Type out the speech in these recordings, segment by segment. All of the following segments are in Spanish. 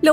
Lo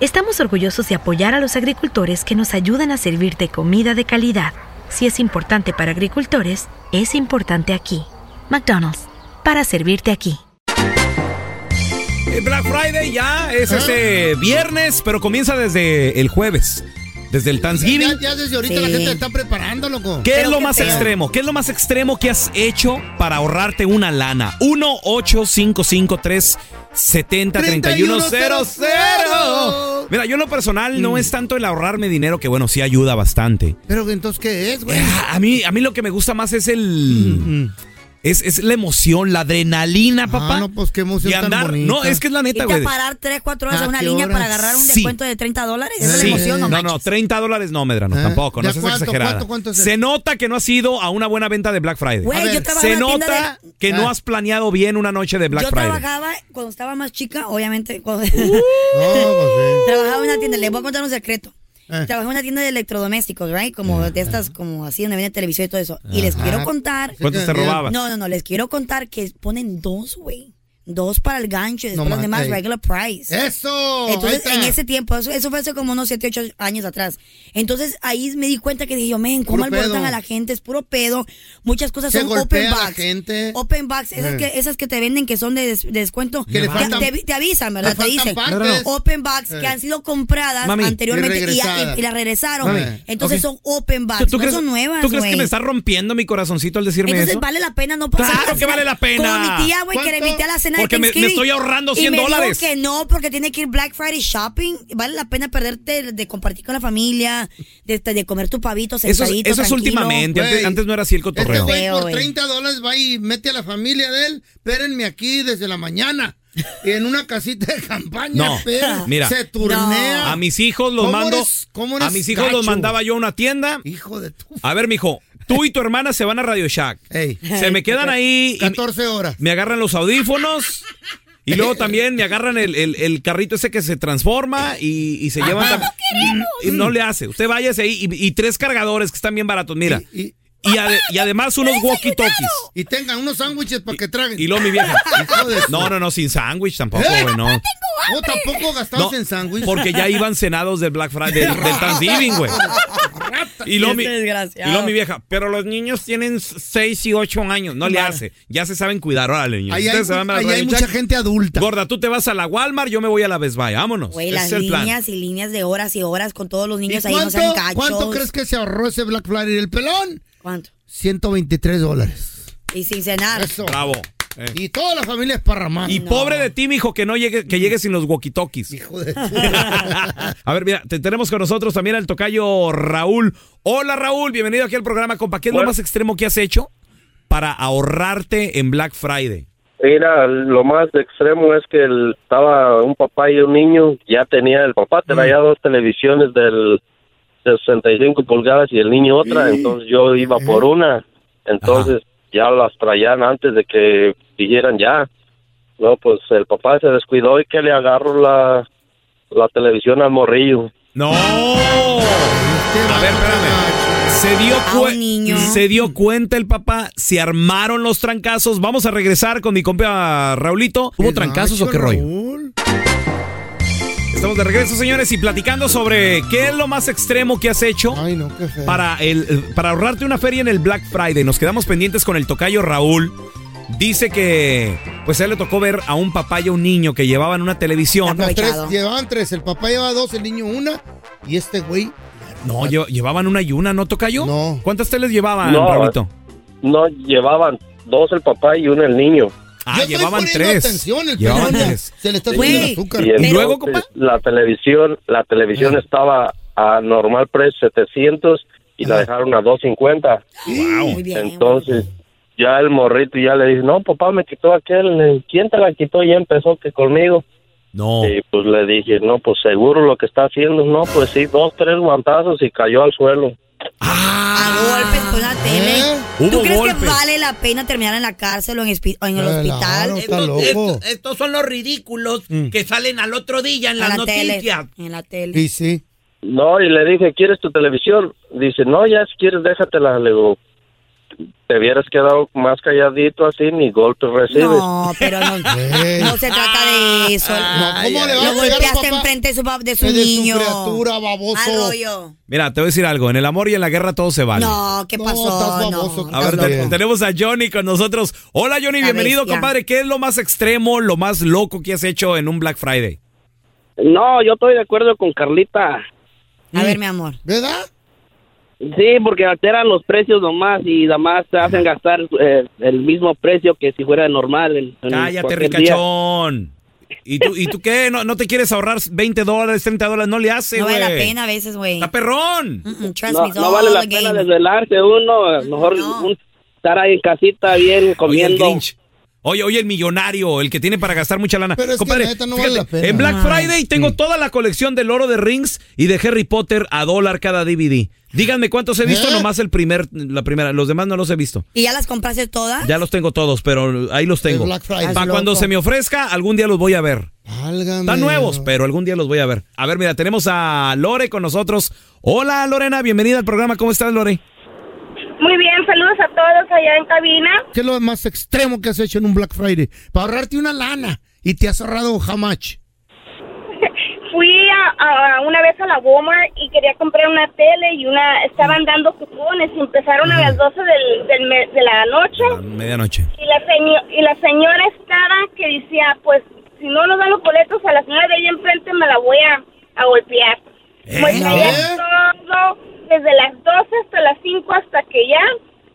estamos orgullosos de apoyar a los agricultores que nos ayudan a servirte comida de calidad. Si es importante para agricultores, es importante aquí. McDonald's, para servirte aquí. Eh, Black Friday ya Ah. es este viernes, pero comienza desde el jueves, desde el Ya, Thanksgiving. ya desde ahorita la gente está preparando, loco. ¿Qué es Pero lo qué más feo. extremo? ¿Qué es lo más extremo que has hecho para ahorrarte una lana? 1 855 370 3100 Mira, yo en lo personal Mm. no es tanto el ahorrarme dinero, que bueno, sí ayuda bastante. Pero entonces, ¿qué es, güey? Eh, A mí, a mí lo que me gusta más es Mm, el... Es, es la emoción, la adrenalina, papá. no, pues, qué emoción Y tan andar... no, bonita. es que es la neta, Irte a güey. parar 3, 4 horas ¿A a una qué línea horas? para agarrar un Sí. descuento de 30 dólares. Esa es Sí. la emoción, no, no, no, 30 dólares no, Medrano, Ah, tampoco. No ¿ya seas cuánto, exagerada. cuánto, cuánto es el- Se nota que no has ido a una buena venta de Black Friday. A Güey, ver, yo trabajaba Se en una tienda nota de- que no Ah. has planeado bien una noche de Black yo Friday. trabajaba cuando estaba más chica, obviamente. cuando- No, pues, trabajaba en una tienda, les voy a contar un secreto. Eh. Trabajaba en una tienda de electrodomésticos, ¿right? Como de estas, como así, donde viene televisión y todo eso. Y les quiero contar. ¿Cuántos te Eh, robabas? No, no, no, les quiero contar que ponen dos, güey. Dos para el gancho y No después los más, demás ey. regular price. sí. Eso. Entonces, ahí en está. ese tiempo, eso, eso fue hace como unos 7, 8 años atrás. Entonces, ahí me di cuenta que dije yo, men, cómo Puro alborotan pedo. a la gente, es puro pedo. Muchas cosas Se son golpea open a la box. gente. Open box, esas, Eh. que, esas que te venden que son de, des- de descuento. Que le Te- faltan- te, te avisan, ¿verdad? le Te faltan dicen. partes. Open box Eh. que han sido compradas Mami, anteriormente y y, ya- regresadas. y- y las regresaron. Mami, Entonces, ok. son open box. ¿Tú, tú no crees, son nuevas, ¿tú crees que güey. me está rompiendo mi corazoncito al decirme Entonces eso? vale la pena no pasar. Claro que vale la pena. Como mi tía, güey, que le ¿Cuánto? invité a la cena Porque de me- me Thanksgiving. estoy ahorrando 100 y me dijo dólares. que no, porque tiene que ir Black Friday shopping. Vale la pena perderte de compartir con la familia, de, este, de comer tu pavito eso es, sentadito, eso es tranquilo. últimamente. Antes, Güey. antes no era así el Este cotorreo. güey Feo, por güey. 30 dólares va y mete a la familia de él. Espérenme aquí desde la mañana. En una casita de campaña. No, esperen. mira. Se turnea. a mis hijos los ¿Cómo mando. eres- cómo eres a mis hijos los gacho? mandaba yo a una tienda. Hijo de tu... A ver, mijo, tú y tu hermana se van a Radio Shack. Ey. Se me quedan ahí. y- 14 horas. me agarran los audífonos y luego también me agarran el, el- el carrito ese que se transforma y, y se llevan tam- y no le hace. Usted váyase ahí y, y tres cargadores que están bien baratos, mira. Y, y- Y, ade- y además unos walkie-talkies. y tengan unos sándwiches para que traguen. Y luego mi vieja. Hijo de su- No, no, no, sin sándwich tampoco, ¿Eh? güey, no. O tampoco gastabas No, en sándwich. porque ya iban cenados del Black Friday, del, del Thanksgiving, güey. Y luego, mi, Este desgraciado. y luego mi vieja, pero los niños tienen 6 y 8 años, no le hace. Ya se saben cuidar, órale, niños. Ahí hay, Ustedes se van a ahí Radio hay Shack. mucha gente adulta. Gorda, tú te vas a la Walmart, yo me voy a la Best Buy. Vámonos. Güey, Ese las es el plan. líneas y líneas de horas y horas con todos los ¿Y niños ahí no cuánto, sean cachos. cuánto crees que se ahorró ese Black Friday el pelón? ¿Cuánto? 123 dólares. Y sin cenar. Eso. Bravo. Eh. Y toda la familia es parramada. Y pobre de ti, mijo, que no llegue, que llegue sin los walkie-talkies. Hijo de tu- a ver, mira, te tenemos con nosotros también al tocayo Raúl. Hola, Raúl, bienvenido aquí al programa, compa. ¿Qué es lo Hola. más extremo que has hecho para ahorrarte en Black Friday? Mira, lo más extremo es que el- estaba un papá y un niño, ya tenía el papá, traía dos televisiones del 65 pulgadas y el niño otra, entonces yo iba por una, entonces ya las traían antes de que dijeran ya. No, pues el papá se descuidó y que le agarró la, la televisión al morrillo. No. A ver, espérame. Se dio, A cue- un niño. se dio cuenta el papá, se armaron los trancazos. Vamos a regresar con mi compa Raulito. ¿Hubo trancazos o qué rollo? Estamos de regreso, señores, y platicando sobre qué es lo más extremo que has hecho Ay, no, qué feo. para, el, eh, para ahorrarte una feria en el Black Friday. Nos quedamos pendientes con el tocayo Raúl. Dice que pues a él le tocó ver a un papá y a un niño que llevaban una televisión. Los tres Aprovechado. llevaban tres, el papá llevaba dos, el niño una, y este güey. No, lle- llevaban una y una, ¿no tocayo? No. ¿Cuántas teles llevaban, No, Raulito? No, llevaban dos el papá y uno el niño. Ah, Yo estoy llevaban poniendo tres. atención, el llevaban pelón, tres. Se le está Güey. subiendo el azúcar. Y ¿Y entonces luego, compa? La televisión, la televisión Ah. estaba a normal precio 700 y la dejaron a 250. Muy bien. Entonces, ya el morrito ya le dice, no, papá, me quitó aquel, eh, ¿quién te la quitó? Y ya empezó que conmigo. No. Y pues le dije, no, pues seguro lo que está haciendo, no, pues sí, dos, tres guantazos y cayó al suelo. Ah. A golpes con la tele. ¿Eh? ¿Tú Hubo crees que golpes. vale la pena terminar en la cárcel o en, espi- o en el Claro, hospital? está loco. estos, estos son los ridículos Mm. que salen al otro día en En las la tele. noticias. En la tele. Y sí. No, y le dije, ¿quieres tu televisión? Dice, no, ya si quieres déjatela. Le digo, te hubieras quedado más calladito así, ni golpes recibes. No, pero no, Ey. no se trata de eso. No, ¿Cómo le va a Lo pegar al golpeaste papá? enfrente de su, pa- de su Es de su niño. criatura, baboso. Al rollo. Mira, te voy a decir algo. En el amor y en la guerra todo se vale. No, ¿qué No, pasó? estás No, baboso, A estás ver, estás te- loco. tenemos a Johnny con nosotros. Hola, Johnny, La bienvenido, bestia. compadre. ¿Qué es lo más extremo, lo más loco que has hecho en un Black Friday? No, yo estoy de acuerdo con Carlita. loco. A ver, mi amor. ¿Verdad? Sí, porque alteran los precios nomás y además te hacen gastar eh, el mismo precio que si fuera normal. en- Mm, en pues, Cállate, cualquier día. ricachón. ¿Y tú, ¿Y tú qué? ¿No, no te quieres ahorrar 20 dólares, 30 dólares? No le hace, no güey. vale la pena a veces, güey. ¡Está perrón! Mm, mm, trust No, me, it's no all vale la a pena game. desvelarse uno, mejor No. un- estar ahí en casita bien Oye, el comiendo. Grinch. Oye, oye, el millonario, el que tiene para gastar mucha lana. Pero es que la neta no vale la pena. En Black Ah. Friday tengo toda la colección del oro de Rings y de Harry Potter a dólar cada DVD. Díganme cuántos he visto, ¿Eh? nomás el primer, la primera, los demás no los he visto. ¿Y ya las compraste todas? Ya los tengo todos, pero ahí los tengo. El Black Friday. Para Estás cuando loco. se me ofrezca, algún día los voy a ver. Válgame. Están nuevos, pero algún día los voy a ver. A ver, mira, tenemos a Lore con nosotros. Hola, Lorena, bienvenida al programa. ¿Cómo estás, Lore? Muy bien, saludos a todos allá en cabina. ¿Qué es lo más extremo que has hecho en un Black Friday? Para ahorrarte una lana y te has ahorrado jamás. Fui a, a- una vez a la Walmart y quería comprar una tele y una estaban dando cupones y empezaron a las 12 del, del me- de la noche A medianoche. y la, seño- y la señora estaba que decía, pues si no nos dan los boletos a la señora de ahí enfrente me la voy a, a golpear. Pues ¿Eh? allá todo, desde las 12 hasta las 5 hasta que ya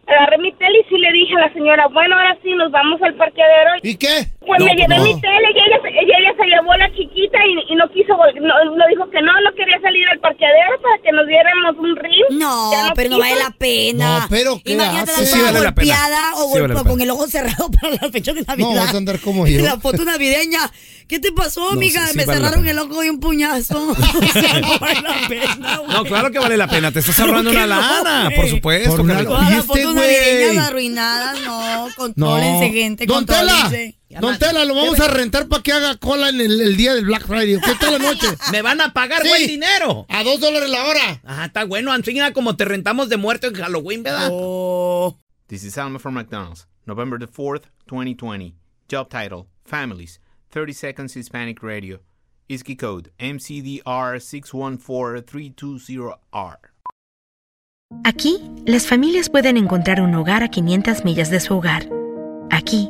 agarré mi tele y sí le dije a la señora, bueno, ahora sí nos vamos al parqueadero ¿Y qué? Pues No, me pues llevé no. mi tele y ella, se- y ella se llevó la chiquita y, y no quiso, vol- no, no dijo que no, no quería salir al parqueadero para que nos diéramos un ring. No, Ya pero no quiso. vale la pena. No, pero ¿qué Imagínate haces? Sí, la vale toda la pena. golpeada o Sí, vale la golpe- con pena. el ojo cerrado para la fecha de Navidad. No, vas a andar como yo. La foto navideña. ¿Qué te pasó, No, amiga? sí, sí Me vale la cerraron pena. el ojo de un puñazo. O sea, no vale la pena, güey. No, claro que vale la pena. Te estás ahorrando Claro una que no, lana, güey. por supuesto. Por una Carlito. lana. Todas ¿Y las este fotos güey? navideñas arruinadas, No. no. Contólense, gente. don Tela, contólense. Ya don más. Tela, lo vamos a rentar para que haga cola en el, el día del Black Friday. ¿Qué tal la noche? Me van a pagar Sí. buen dinero. A dos dólares la hora. Ah, está bueno, Ancina, como te rentamos de muerto en Halloween, ¿verdad? Oh, This is Alma from McDonald's, November the 4th, 2020. Job title Families, 30 Seconds Hispanic Radio. ISKI code MCDR614320R. Aquí, las familias pueden encontrar un hogar a 500 millas de su hogar. Aquí,